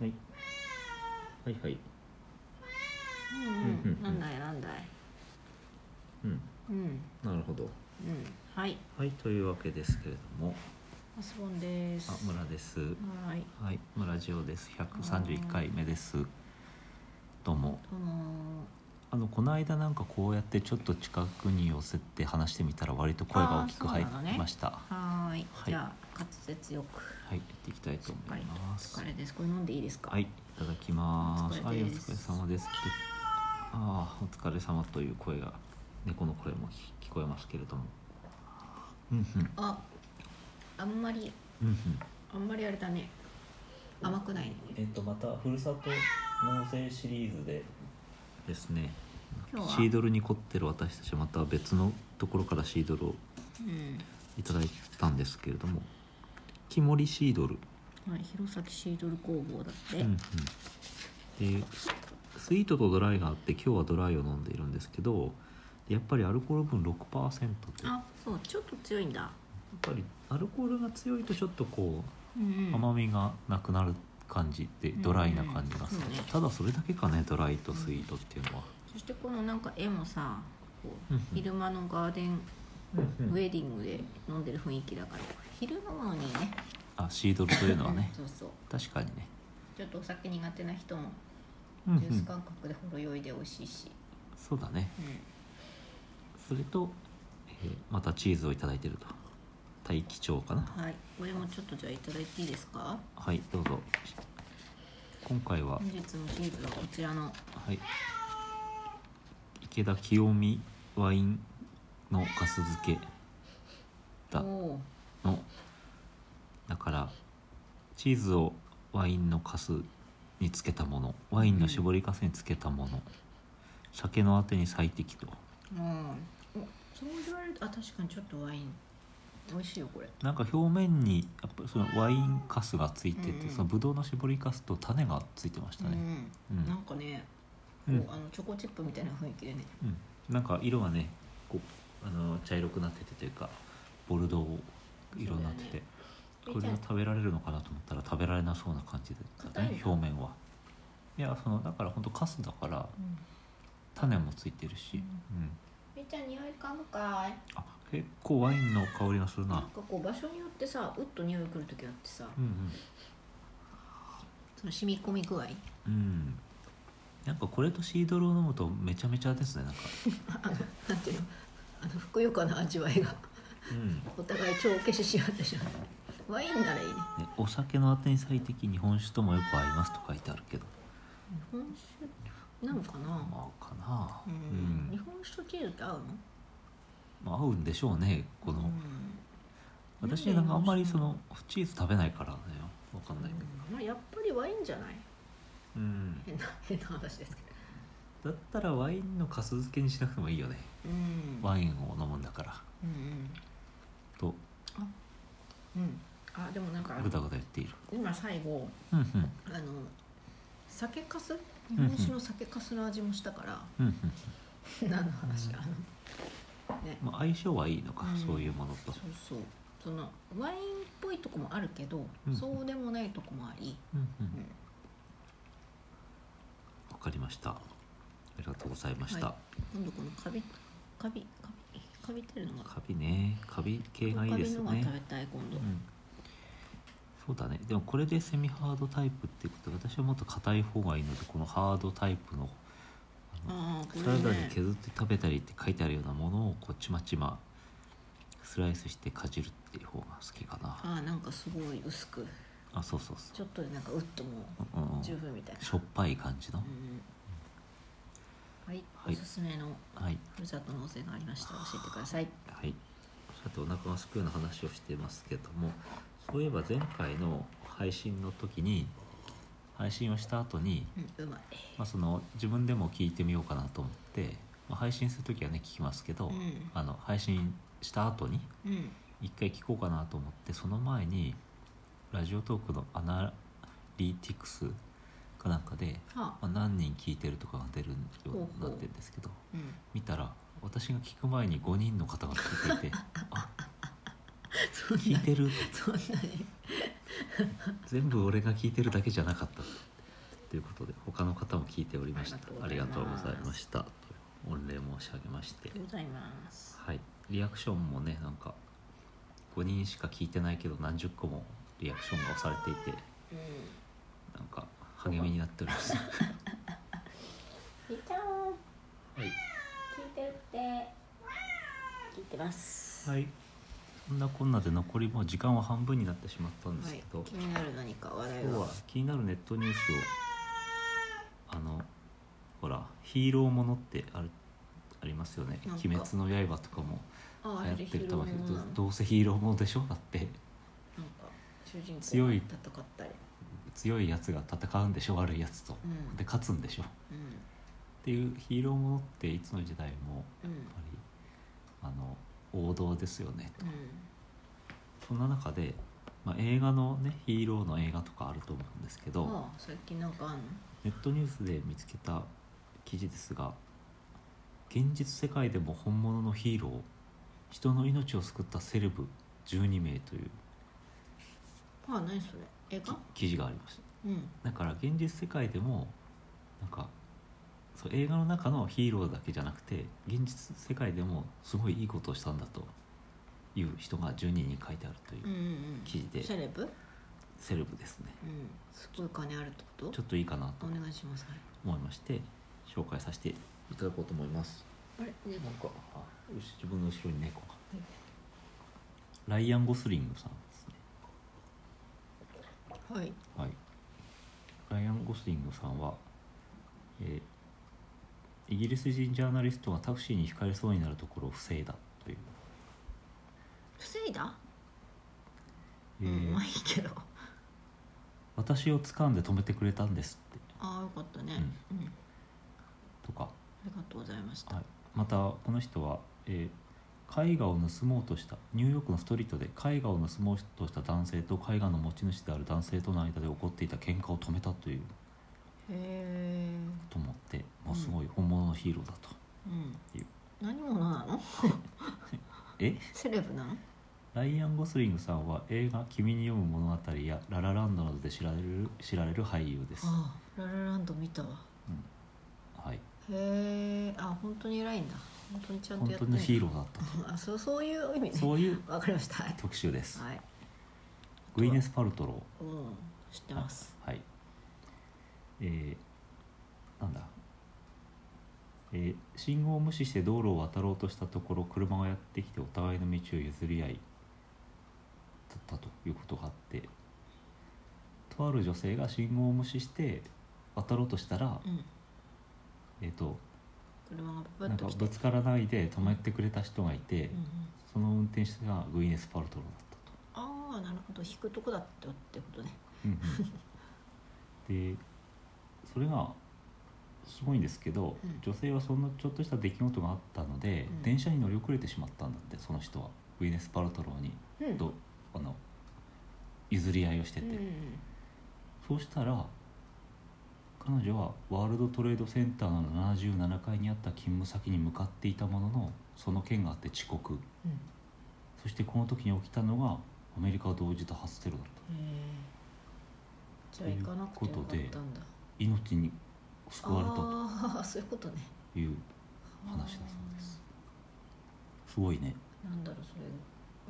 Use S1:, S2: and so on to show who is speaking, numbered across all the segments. S1: はいはいはい
S2: うん
S1: うん
S2: うん、なんだいなんだい。
S1: うん
S2: うん、
S1: なるほど
S2: うん、はい、
S1: はいというわけですけれども
S2: マスボンです。
S1: あ村です
S2: はい、
S1: はい村ジオです131回目ですどうも
S2: どうも。
S1: あのこの間なんかこうやってちょっと近くに寄せて話してみたら割と声が大きく
S2: あー
S1: 入
S2: そうなのね
S1: りました、
S2: はーい、
S1: はい
S2: じゃあ、滑舌よく。
S1: はいやっていきたいと思います
S2: 疲れです。これ飲んでいいですか。
S1: はいいただきます
S2: お
S1: はい
S2: 疲れ
S1: お
S2: です
S1: 疲れ様ですああお疲れ様という声が猫の声も聞聞こえますけれどもうんうん
S2: あ、あんまり、
S1: うんうん
S2: あんまりあれだね。甘くないね。
S1: えっとまたふるさと納税シリーズでですね
S2: 今日は
S1: シードルに凝ってる私たちまた別のところからシードルを
S2: うん。
S1: いただいたんですけれども木森シードル、
S2: はい、弘前シードル工房だって。
S1: うんうんでスイートとドライがあって今日はドライを飲んでいるんですけどやっぱりアルコール分6%ってやっ
S2: あ、そう、ちょっと強いんだ。
S1: ぱりアルコールが強いとちょっとこ
S2: うん、
S1: う
S2: うん。
S1: 甘みがなくなる感じでドライな感じがする、
S2: うんうんそうね
S1: ただそれだけかねドライとスイートっていうのは。
S2: そして、このなんか絵もさ。こう
S1: うんうん
S2: 昼間のガーデンウ
S1: うん
S2: ェディングで飲んでる雰囲気だから昼飲むのにいいね
S1: あシードルというのはね
S2: そうそう
S1: 確かにね、
S2: ちょっとお酒苦手な人も
S1: うんうん
S2: ジュース感覚でほろ酔いで美味しいし、
S1: そうだね
S2: う、
S1: それと、えーまたチーズをいただいてると大気長かなん
S2: はいこれもちょっとじゃあいただいていいですか
S1: はいどうぞ今回は
S2: 本、日のチーズはこちらの
S1: はい、池田清美ワインのガス漬けだ
S2: お
S1: のだからチーズをワインのカスにつけたものワインの搾りかすにつけたもの、酒のあてに最適と
S2: ーうんおそう言われるとあ確かにちょっとワイン美味しいよこれ
S1: なんか表面にやっぱりそのワインカスがついてて、
S2: うんうん
S1: そのブドウの搾りかすと種がついてました
S2: う
S1: ね、
S2: ん、
S1: うん
S2: なんかねこう、
S1: うん
S2: あのチョコチップみたいな雰囲気でね
S1: うん、なんか色がねこうあの茶色くなっててというかボルドー色になってて、これは食べられるのかなと思ったら食べられなそうな感じだった
S2: 硬
S1: ね
S2: いんだ
S1: 表面はいやそのだから本当カスだから
S2: うん
S1: 種もついてるし、うん、
S2: めっちゃん匂い嗅ぐかい
S1: あ結構ワインの香りがする
S2: なん
S1: な
S2: かこう場所によってさうっと匂いくる時あってさ
S1: うんうん
S2: その染み込み具合
S1: うんなんかこれとシードルを飲むとめちゃめちゃですねなんか、
S2: なんていうのあのふくよかな味わいが
S1: うん
S2: お互い帳消しし合ってしまうワインならいいね
S1: ね、お酒のあてに最適日本酒ともよく合いますと書いてあるけど
S2: 日本酒なのかな、
S1: まあかな
S2: う
S1: うんん、
S2: 日本酒とチーズって合うの
S1: まあ、合うんでしょうねこの、私なんかあんまりそのチーズ食べないからねわかん
S2: うん
S1: ないけど、
S2: まあ、やっぱりワインじゃない
S1: うん、
S2: 変な 変な話ですけど
S1: だったらワインのかす漬けにしなくてもいいよね
S2: うん
S1: ワインを飲むんだから
S2: うん
S1: と
S2: うんうんあでもなんか
S1: ぐだぐだ言っている
S2: 今最後
S1: うんうん
S2: あの酒粕日本酒の酒粕の味もし たから、
S1: うんうん、
S2: 何の話あのね
S1: まあ、相性はいいのか、
S2: うん
S1: そういうものと
S2: そう、そうそのワインっぽいとこもあるけど、
S1: うん
S2: そうでもないとこもあり、
S1: うんうん
S2: うん
S1: わかりましたありがとうございました、
S2: は今度このカビカビカビカビてるのが
S1: カビねカビ系がいい
S2: カ
S1: で
S2: ビ
S1: す
S2: のが
S1: ね
S2: 食べたい今度、
S1: うんそうだねでもこれでセミハードタイプっていうことで私はもっと硬い方がいいのでこのハードタイプの
S2: ああこ
S1: サラ
S2: れ
S1: ダに
S2: ね
S1: 削って食べたりって書いてあるようなものをこうちまちまスライスしてかじるっていう方が好きかな
S2: ああなんかすごい薄く
S1: あそうそうそ
S2: ちょっとでなんかうっとも
S1: う、うんう、
S2: うん十
S1: し
S2: 分みたいな、
S1: ょっぱい感じの
S2: うんはい、
S1: はい
S2: おすすめの
S1: はい
S2: ふるさと納税がありましたら教えてください
S1: はいさてお腹がすくような話をしてますけどもそういえば前回の配信の時に配信をした後に
S2: うんうまい
S1: まあ、その自分でも聞いてみようかなと思って、まあ、配信する時はね聞きますけど、
S2: うん
S1: あの配信した後に
S2: うん
S1: 一回聞こうかなと思ってその前にラジオトークのアナリティクスかなんかで、
S2: はあ
S1: まあ、何人聞いてるとかが出るようになってるんですけど
S2: うん
S1: 見たら私が聞く前に5人の 方が聞いていてあ
S2: そん
S1: 聞い
S2: な
S1: てる
S2: そんなに
S1: 全部俺が聞いてるだけじゃなかったということで他の方も聞いておりましたあ
S2: あ
S1: り
S2: り
S1: が
S2: が
S1: と
S2: と
S1: う
S2: う
S1: ご
S2: ご
S1: ざ
S2: ざ
S1: い
S2: い
S1: ま
S2: ま
S1: したという御礼申し上げまして
S2: ありがとうございます
S1: はいリアクションもねなんか5人しか聞いてないけど何十個もリアクションが押されていて
S2: うん
S1: なんか励みになっておりますは
S2: みーちゃ ん
S1: い
S2: 聞いてるって聞いてます
S1: はい、そんなこんなで残りもう時間は半分になってしまったんです
S2: は
S1: け
S2: い
S1: ど、
S2: 気になる何か話題
S1: 今日
S2: を
S1: は気になるネットニュースをあのほらヒーローものってあるありますよね「
S2: なん
S1: 鬼
S2: か
S1: 滅の刃」とかも
S2: ああ
S1: 流
S2: れ
S1: 行ってると思うけ
S2: ヒーロー
S1: ど
S2: ものなの
S1: どうせヒーローものでしょだって
S2: なんか主人公
S1: 強
S2: が
S1: い
S2: 戦ったり
S1: 強いやつが戦うんでしょ悪いやつと
S2: う、ん
S1: で勝つんでしょっ
S2: うん
S1: ていうヒーローものっていつの時代も
S2: うん
S1: やっぱりあの王道ですよね
S2: う
S1: そんな中で、まあ、映画のねヒーローの映画とかあると思うんですけど、
S2: んああ最近なんかあんの
S1: ネットニュースで見つけた記事ですが現実世界でも本物のヒーロー人の命を救ったセレブ12名という
S2: ああ何それ映画
S1: 記記事がありました
S2: うん
S1: だから現実世界でもなんかそう映画の中のヒーローだけじゃなくて現実世界でもすごいいいことをしたんだという人が12人に書いてあるといううん
S2: うんうん
S1: 記事で
S2: セレブうん
S1: セレブですね
S2: すごい金あるってこと
S1: ちょっといいかなと
S2: お願いしますはい
S1: 思いまして紹介させていただこうと思います
S2: あれ
S1: な
S2: ね
S1: んかあうし自分の後ろに猫がライアン・ゴスリングさんですね
S2: はい
S1: はいライアン・ゴスリングさんは、えーイギリス人ジャーナリストがタクシーにひかれそうになるところを防いだという、
S2: 防いだ
S1: え
S2: う
S1: ー
S2: んまあいいけど
S1: 私を掴んで止めてくれたんですって
S2: ああよかったねうんあ
S1: とか、
S2: りがとうございました
S1: はい、またこの人は、えー絵画を盗もうとしたニューヨークのストリートで絵画を盗もうとした男性と絵画の持ち主である男性との間で起こっていた喧嘩を止めたという
S2: へえ
S1: と思ってもうすごい本物のヒーローだと、
S2: うん
S1: いいよ
S2: 何者なの
S1: え
S2: セレブなの
S1: ライアン・ゴスリングさんは映画「君に読む物語」や「ララランド」などで知られる知られる俳優です、
S2: ああララランド見たわ
S1: はい、
S2: へえあ本当に偉いんだ本当にちゃん
S1: 本
S2: とやっ
S1: 当
S2: て
S1: のヒー
S2: ロ
S1: ローだったと
S2: あそうそういう意味ね
S1: そういう
S2: わかりましたはい
S1: 特集です
S2: はい
S1: グイネス・パルトロ
S2: うん知って
S1: ー
S2: ます
S1: あはいえー、なんだえー信号を無視して道路を渡ろうとしたところ車がやってきてお互いの道を譲り合いだったということがあってとある女性が信号を無視して渡ろうとしたら、
S2: うん
S1: えっ、と
S2: 車がパパ
S1: な
S2: ッ
S1: ん
S2: と
S1: か
S2: 来て
S1: ぶつからないで止めてくれた人がいて、
S2: うんうん
S1: その運転手がグイネス・パルトロだったと。
S2: ああなるほど引くとこだったってことね
S1: でそれがすごいんですけど、
S2: うん
S1: 女性はそんなちょっとした出来事があったので、
S2: うん
S1: 電車に乗り遅れてしまったんだってその人はウィネス・パルトローに
S2: うん
S1: ど、あの譲り合いをして
S2: う
S1: て、
S2: んうん
S1: そうしたら彼女はワールドトレードセンターの77階にあった勤務先に向かっていたもののその件があって遅刻
S2: うん
S1: そしてこの時に起きたのがアメリカ同時多発テロだった
S2: へえじゃあ行かなくてよかったんだ
S1: 命に救われたと
S2: ああそういうことね
S1: いう話だそうですすごいね
S2: あーなんだろうそれ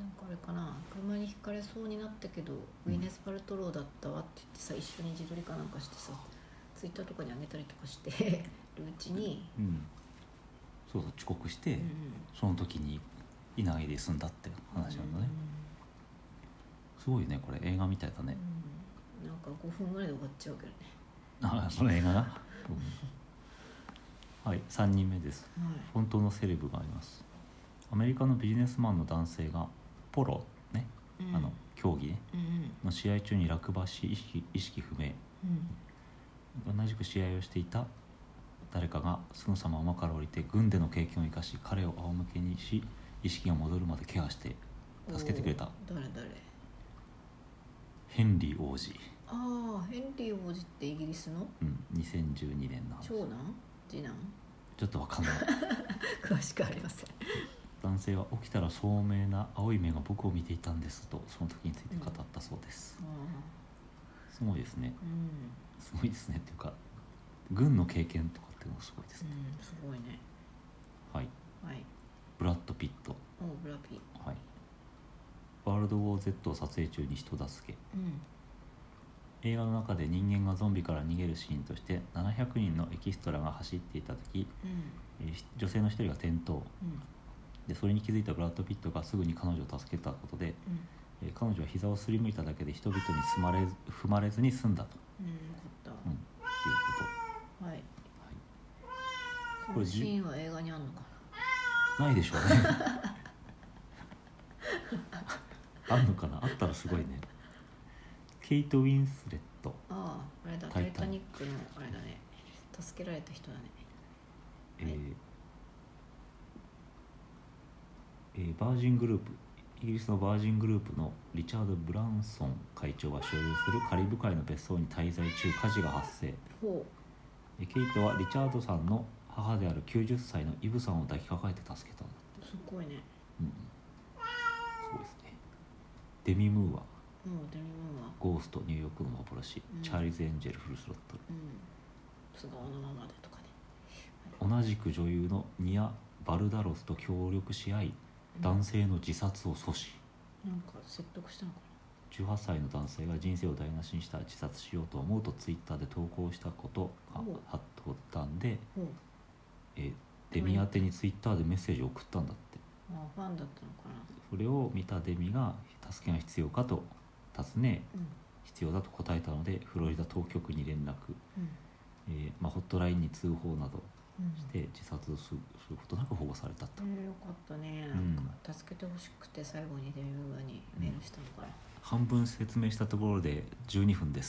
S2: なんかあれかな車にひかれそうになったけど、ウィネス・パルトローだったわって言ってさ一緒に自撮りかなんかしてさツイッターとかに上げたりとかしてるうちに、
S1: うんそうそう遅刻して、
S2: うんうん、
S1: その時にいないで済んだって話なんだね、すごいねこれ映画みたいだ
S2: うん、
S1: ね、
S2: うんなんか5分ぐらいで終わっちゃうけどね
S1: あその映画が、うんはい3人目です
S2: はい
S1: 本当のセレブがありますアメリカのビジネスマンの男性がポロね、
S2: うん
S1: あの競技ね
S2: うんうん
S1: の試合中に落馬し意識意識不明
S2: うん
S1: 同じく試合をしていた誰かがすぐさま馬から降りて軍での経験を生かし彼を仰向けにし意識が戻るまでケアして助けてくれた
S2: おー誰誰
S1: ヘンリー王子、
S2: ああヘンリー王子ってイギリスの
S1: うん、2012年の話
S2: 長男次男
S1: ちょっとわかんない
S2: 詳しくありません
S1: あ男性は起きたら聡明な青い目が僕を見ていたんですとその時について語ったそうです
S2: あ、
S1: すごいですね
S2: ーうん
S1: すごいですねっていうか軍の経験とかっていうのがすごいですね、
S2: うんすごいね
S1: はい
S2: はい
S1: ブラッド・ピット
S2: おうブラピ
S1: はいワールド・ウォー・ Z を撮影中に人助け
S2: うん
S1: 映画の中で人間がゾンビから逃げるシーンとして700人のエキストラが走っていた時
S2: うん
S1: えー女性の一人が転倒
S2: うん
S1: でそれに気づいたブラッド・ピットがすぐに彼女を助けたことで、
S2: うん
S1: えー彼女は膝をすりむいただけで人々に踏まれず踏まれずに済んだと、
S2: うんよかっ
S1: うん、いう
S2: たはい
S1: こ
S2: こ
S1: これ
S2: の
S1: じ
S2: シ
S1: ゅ
S2: ーンは映画にあんのかな
S1: と、はい、ないでしょうね あんのかなあったらすごいねケイト・ウィンスレット
S2: あああれだ「タ
S1: タイ
S2: イ
S1: タ
S2: タ
S1: ニ
S2: ニック」のあれだね助けられた人だね
S1: えーえーバージングループイギリスのバージングループのリチャード・ブランソン会長が所有するカリブ海の別荘に滞在中火事が発生
S2: ほ
S1: えケイトはリチャードさんの母である90歳のイブさんを抱きかかえて助けたんだ
S2: うすごいね
S1: うんうんそうですねデミ・ムーア
S2: もうデミムーは
S1: ゴーストニューヨークの幻、
S2: うん
S1: チャーリーズ・エンジェルフルスロット
S2: うん素顔のままでとかね
S1: ル同じく女優のニア・バルダロスと協力し合い
S2: うん
S1: 男性の自殺を阻止
S2: なんか説得したのか
S1: 18歳の男性が人生を台無しにした自殺しようと思うとツイッターで投稿したことが
S2: おう
S1: 発ったんで、
S2: なほう
S1: えーデミ宛てにツイッターでメッセージを送ったんだって
S2: ああファンだったのかな
S1: それを見たデミが助けが必要かと尋ね
S2: うん
S1: 必要だと答えたのでフロリダ当局に連絡、
S2: うん
S1: えーまあ、ホットラインに通報など
S2: うん
S1: して自殺をするすることなく保護されたと、
S2: えーよかったね、
S1: うん
S2: なんか助けてほしくて最後にデミムーアにメールしたのかな、
S1: 半分説明したところで12分です